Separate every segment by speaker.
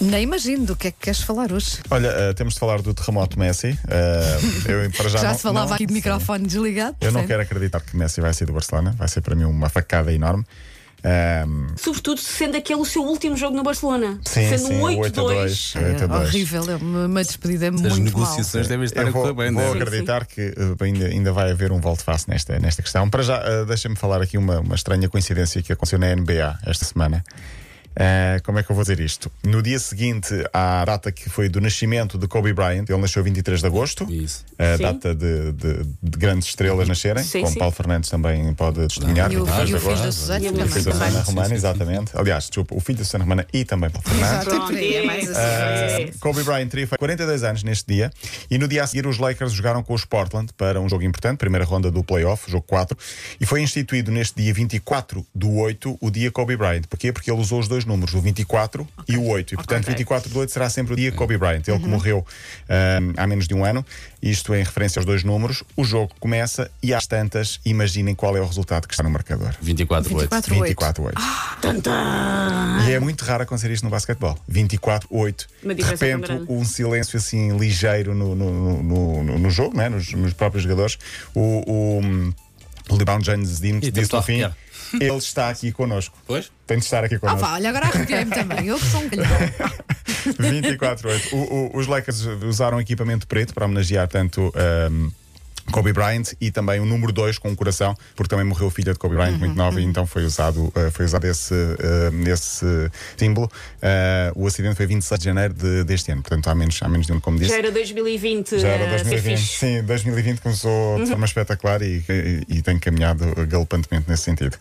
Speaker 1: Nem imagino do que é que queres falar hoje.
Speaker 2: Olha, eh, temos de falar do terremoto Messi. Eh, eu, para já
Speaker 1: Já
Speaker 2: não-
Speaker 1: se falava
Speaker 2: não-
Speaker 1: aqui de microfone desligado.
Speaker 2: Eu não
Speaker 1: portanto.
Speaker 2: quero acreditar que Messi vai sair do Barcelona. Vai ser para mim uma facada enorme. Ahm,
Speaker 3: Sobretudo sendo aquele o seu último jogo no Barcelona.
Speaker 2: Sim,
Speaker 3: sendo
Speaker 2: sim,
Speaker 3: um
Speaker 2: o
Speaker 3: 8-2.
Speaker 2: 8-2.
Speaker 1: É,
Speaker 2: Oito a dois.
Speaker 1: horrível, é uma, uma despedida
Speaker 4: As
Speaker 1: muito mal.
Speaker 4: negociações devem estar
Speaker 2: eu
Speaker 4: a
Speaker 2: vou,
Speaker 4: correr bem,
Speaker 2: vou
Speaker 4: não é?
Speaker 2: acreditar que eh, ainda, ainda vai haver um volte-face nesta, nesta questão. Para já, eh, deixa-me falar aqui uma, uma estranha coincidência que aconteceu na NBA esta semana. Eh, como é que eu vou dizer isto? No dia seguinte à data que foi do nascimento de Kobe Bryant, ele nasceu 23 de agosto,
Speaker 4: Isso.
Speaker 2: a
Speaker 3: Sim.
Speaker 2: data de, de- de grandes estrelas nascerem,
Speaker 3: Sim,
Speaker 2: como
Speaker 3: sim.
Speaker 2: Paulo Fernandes também pode testemunhar.
Speaker 1: E o,
Speaker 2: 23
Speaker 1: e
Speaker 2: de
Speaker 1: o filho
Speaker 2: agosto.
Speaker 1: da Suzana
Speaker 3: E o
Speaker 2: O
Speaker 1: também.
Speaker 2: filho da Susana
Speaker 4: Sim, sim,
Speaker 2: Romana,
Speaker 4: sim.
Speaker 2: exatamente. Aliás, desculpa, o filho da Susana Romana e também Paulo Fernandes.
Speaker 1: Exato, é por aí, é mais assim.
Speaker 2: Uh, Kobe Bryant teria feito 42 anos neste dia e no dia a seguir os Lakers jogaram com os Portland para um jogo importante, primeira ronda do playoff, jogo 4, e foi instituído neste dia 24 do 8 o dia Kobe Bryant. Porquê? Porque ele usou os dois números, o 24 e o 8. E portanto, 24 do 8 será sempre o dia Kobe Bryant. Ele que morreu um, há menos de um ano, isto em referência aos dois números. O jogo começa e às tantas, imaginem qual é o resultado que está no marcador.
Speaker 4: 24, 8.
Speaker 1: 24,
Speaker 2: 24 8. E é muito raro acontecer isto no basquetebol. 24 8.
Speaker 3: Uma
Speaker 2: de
Speaker 3: diferença tão
Speaker 2: repente,
Speaker 3: grande.
Speaker 2: um silêncio assim ligeiro no, no, no, no- no jogo, né? nos, nos próprios jogadores. O, o, o LeBron James disse
Speaker 4: E
Speaker 2: disse no
Speaker 4: tentou
Speaker 2: fim:
Speaker 4: arrepiar.
Speaker 2: ele está aqui connosco.
Speaker 4: Pois?
Speaker 2: Tem de estar aqui
Speaker 1: Ah,
Speaker 2: connosco.
Speaker 1: pá, olha, agora arrepiei-me também. Eu que sou um calhão.
Speaker 2: 24 8. O, o, os Lakers usaram equipamento preto para homenagear tanto. ahm, Kobe Bryant e também o número 2 com o coração, porque também morreu a filha de Kobe Bryant, muito nova, e então foi usado, eh, foi usado esse, eh, esse símbolo. Eh, o acidente foi 26 de janeiro de- deste ano, portanto há menos, há menos de um, como disse.
Speaker 3: Já era 2020.
Speaker 2: Já era
Speaker 3: eh, ser
Speaker 2: 2020.
Speaker 3: fixe. Uhum.
Speaker 2: Sim, 2020 começou de forma espetacular e, e, e tem caminhado galopantemente nesse sentido.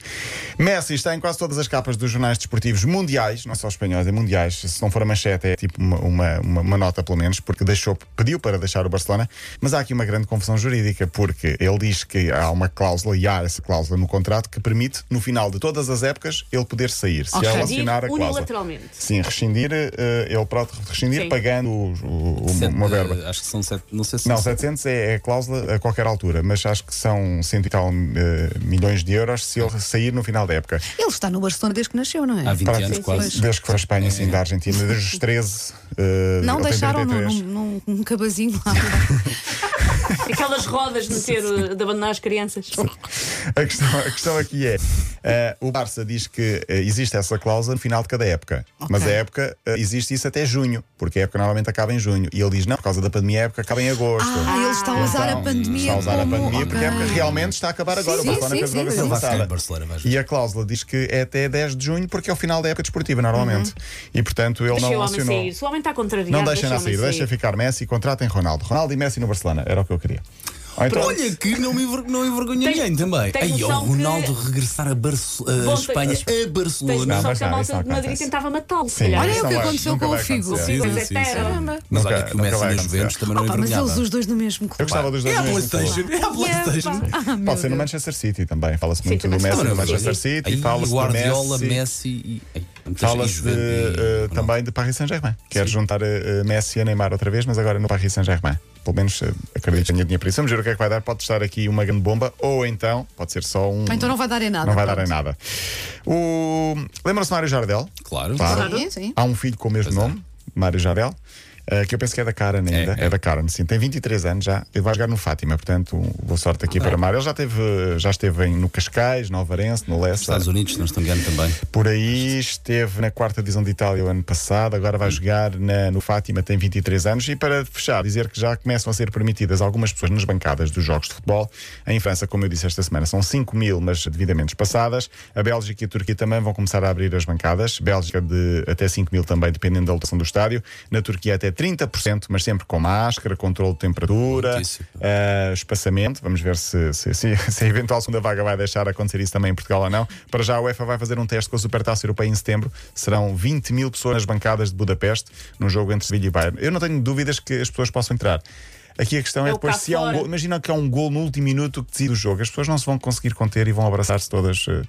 Speaker 2: Messi está em quase todas as capas dos jornais desportivos mundiais, não só espanhóis, é mundiais. Se não for a manchete, é tipo uma, uma, uma- uma nota, pelo menos, porque deixou, pediu para deixar o Barcelona. Mas há aqui uma grande confusão jurídica, porque ele diz que há uma cláusula, e há essa cláusula no contrato, que permite, no final de todas as épocas, ele poder sair, se
Speaker 1: Ok.
Speaker 2: ele assinar a
Speaker 3: Sair
Speaker 2: cláusula.
Speaker 3: unilateralmente.
Speaker 2: Sim, rescindir, eh, ele pode rescindir
Speaker 3: Sim.
Speaker 2: pagando o- o-
Speaker 4: Sete,
Speaker 2: uma
Speaker 4: eh,
Speaker 2: verba.
Speaker 4: Acho que são 7. Não sei se
Speaker 2: Não,
Speaker 4: são sete.
Speaker 2: 700 é, é a cláusula a qualquer altura, mas acho que são cento e tal eh, milhões de euros se ele sair no final da época.
Speaker 1: Ele está no Barcelona desde que nasceu, não é?
Speaker 2: Ah,
Speaker 4: Há 20 anos quase.
Speaker 2: Desde que foi a Espanha, assim, da Argentina, desde os 13. eh,
Speaker 1: Não
Speaker 2: ele tem
Speaker 1: deixaram num,
Speaker 2: 33.
Speaker 1: num, num cabazinho lá.
Speaker 3: Aquelas rodas de meter, eh, de abandonar as crianças.
Speaker 2: A questão, a questão aqui é: eh, o Barça diz que eh, existe essa cláusula no final de cada época, mas a época eh, existe isso até junho, porque a época normalmente acaba em junho. E ele diz: não, por causa da pandemia, a época acaba em agosto.
Speaker 1: Ah, ele está a usar
Speaker 2: Então,
Speaker 1: a pandemia.
Speaker 2: Está a usar a
Speaker 1: como-
Speaker 2: pandemia porque
Speaker 1: Ok.
Speaker 2: é porque realmente está a acabar agora.
Speaker 1: Sim,
Speaker 2: o Barcelona
Speaker 1: sim,
Speaker 2: fez
Speaker 1: sim,
Speaker 2: logo
Speaker 1: sim,
Speaker 2: essa
Speaker 1: sim.
Speaker 4: Vai ficar
Speaker 2: lançada.
Speaker 4: em Barcelona, vai
Speaker 2: E a cláusula diz que é até 10 de junho porque é o final da época desportiva, normalmente. E portanto ele
Speaker 3: Uhum. Deixa o
Speaker 2: não
Speaker 3: homem
Speaker 2: acionou.
Speaker 3: sair. Se o homem está contrariado,
Speaker 2: Não deixem
Speaker 3: o
Speaker 2: a
Speaker 3: homem
Speaker 2: sair, deixem ficar Messi e contratem Ronaldo. Ronaldo e Messi no Barcelona, era o que eu queria. Ou então-
Speaker 4: Olha que não me enver- não envergonha
Speaker 3: Tens-
Speaker 4: ninguém também.
Speaker 3: tens
Speaker 4: Aí o
Speaker 3: noção que-
Speaker 4: Ronaldo regressar a, Barce- a
Speaker 3: Bom,
Speaker 4: Espanha,
Speaker 3: tens-
Speaker 4: a
Speaker 3: Tens
Speaker 4: Barcelona.
Speaker 2: Não,
Speaker 3: noção
Speaker 2: mas
Speaker 3: que a
Speaker 2: não,
Speaker 3: malta
Speaker 2: isso não
Speaker 3: de Madrid
Speaker 2: acontece.
Speaker 3: tentava matá-lo, se
Speaker 2: Sim,
Speaker 3: calhar.
Speaker 1: Olha é
Speaker 2: Isso
Speaker 1: o que
Speaker 2: não vai-
Speaker 1: aconteceu
Speaker 2: nunca
Speaker 1: com o
Speaker 2: vai
Speaker 1: Figo.
Speaker 2: acontecer.
Speaker 3: Figo
Speaker 4: Sim,
Speaker 3: é
Speaker 4: sim,
Speaker 3: terra.
Speaker 4: sim. Mas olha
Speaker 2: Nunca-
Speaker 4: que o Messi
Speaker 2: nunca vai
Speaker 4: na Juventus
Speaker 2: acontecer.
Speaker 4: também não
Speaker 1: Opa, mas eles
Speaker 4: envergonhava.
Speaker 1: os dois no mesmo
Speaker 2: Eu
Speaker 1: clube.
Speaker 2: gostava dos
Speaker 4: É
Speaker 2: dois
Speaker 4: a
Speaker 2: no mesmo clube.
Speaker 4: Playstation, é a Playstation.
Speaker 1: Ah, meu
Speaker 2: Pode ser no
Speaker 1: Deus.
Speaker 2: Manchester City também. Fala-se
Speaker 3: Sim,
Speaker 2: muito do
Speaker 3: também
Speaker 2: Messi
Speaker 3: está
Speaker 2: no
Speaker 3: no
Speaker 2: Manchester
Speaker 3: Manchester
Speaker 2: City,
Speaker 4: Aí,
Speaker 2: fala-se do
Speaker 4: Guardiola,
Speaker 2: Messi.
Speaker 4: e. ai, muita
Speaker 2: Fala-se
Speaker 4: gente,
Speaker 2: de,
Speaker 4: Juventus e
Speaker 2: eh,
Speaker 4: Ronaldo.
Speaker 2: também de Paris Saint-Germain. Quero juntar eh, Messi a Neymar outra vez, mas agora no Paris Saint-Germain. Pelo menos eh, acredito que tenha dinheiro para isso. Vamos ver o que é que vai dar. Pode estar aqui uma grande bomba, ou então pode ser só um.
Speaker 1: Então não vai dar em nada.
Speaker 2: Não vai dar em
Speaker 1: pronto.
Speaker 2: nada. O... Lembra-se do Mário Jardel?
Speaker 4: Claro.
Speaker 2: Claro.
Speaker 1: Sim, sim.
Speaker 2: Há um filho com o mesmo
Speaker 4: Pois é.
Speaker 2: nome, Mário Jardel, eh, que eu penso que é da Karen ainda. É,
Speaker 4: é.
Speaker 2: da Karen, sim. Tem 23 anos já. Ele vai jogar no Fátima, portanto, um- boa sorte
Speaker 1: Ah.
Speaker 2: aqui para Mário. Ele já, teve, já esteve em- no Cascais, no Alvarense, no Leicester.
Speaker 4: Estados Unidos, se não estão engano também.
Speaker 2: Por aí esteve na quarta divisão de Itália o ano passado, agora vai jogar na- no Fátima, tem 23 anos. E para fechar, dizer que já começam a ser permitidas algumas pessoas nas bancadas dos jogos de futebol. Em França, como eu disse esta semana, são 5 mil, mas devidamente espaçadas. A Bélgica e a Turquia também vão começar a abrir as bancadas. Bélgica de até 5 mil também, dependendo da lotação do estádio. Na Turquia, até 30%, mas sempre com máscara, controle de temperatura,
Speaker 4: Muitíssimo.
Speaker 2: eh, espaçamento. Vamos ver se, se, se- se a eventual segunda vaga vai deixar acontecer isso também em Portugal ou não. Para já, a UEFA vai fazer um teste com a Supertaça Europeia em setembro. Serão 20 mil pessoas nas bancadas de Budapeste, num jogo entre Sevilha e Bayern. Eu não tenho dúvidas que as pessoas possam entrar. Aqui a questão é,
Speaker 3: É o
Speaker 2: depois
Speaker 3: cá
Speaker 2: se há um
Speaker 3: fora.
Speaker 2: gol. Imagina que há um gol no último minuto que decide o jogo. As pessoas não se vão conseguir conter e vão abraçar-se todas. eh,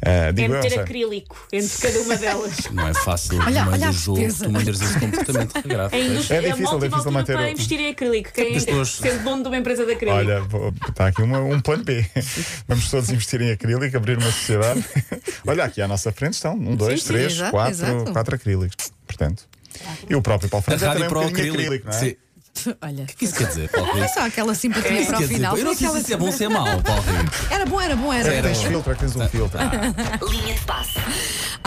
Speaker 2: eh,
Speaker 3: É
Speaker 2: digo eu, não
Speaker 3: meter
Speaker 2: sei.
Speaker 3: acrílico entre cada uma delas.
Speaker 4: Não é fácil
Speaker 1: Olha-
Speaker 4: no meio
Speaker 1: olha a
Speaker 4: do jogo
Speaker 1: certeza.
Speaker 4: tu manteres esse comportamento. É grave.
Speaker 3: A indústria,
Speaker 2: É difícil,
Speaker 3: a malta
Speaker 2: é difícil
Speaker 3: altura
Speaker 2: manter
Speaker 3: para
Speaker 2: o-
Speaker 3: investir em acrílico. Quem é
Speaker 4: As pessoas-
Speaker 3: sendo dono de uma empresa de acrílico.
Speaker 2: Olha, vou- está aqui uma- um plano B. Vamos todos investir em acrílico, abrir uma sociedade. Olha, aqui à nossa frente estão um, dois,
Speaker 1: sim,
Speaker 2: três,
Speaker 1: exato,
Speaker 2: quatro,
Speaker 1: exato.
Speaker 2: quatro acrílicos. Portanto, E o próprio Paulo Fernandes é
Speaker 4: Rádio
Speaker 2: também um
Speaker 4: para o
Speaker 2: bocadinho acrílico,
Speaker 4: acrílico.
Speaker 2: não é?
Speaker 4: Sim.
Speaker 1: Olha,
Speaker 4: O que isso quer dizer, Paulo Rico?
Speaker 1: foi só aquela simpatia
Speaker 4: Isso
Speaker 1: para o
Speaker 4: quer dizer,
Speaker 1: final.
Speaker 4: Eu não
Speaker 1: foi
Speaker 4: sei se
Speaker 1: aquela-
Speaker 4: é bom ou se é mau, Paulo Rico.
Speaker 1: Era bom, era bom, era.
Speaker 4: Era
Speaker 1: bom.
Speaker 2: um Tens filtro, é que tens um filtro.
Speaker 5: Linha de passe.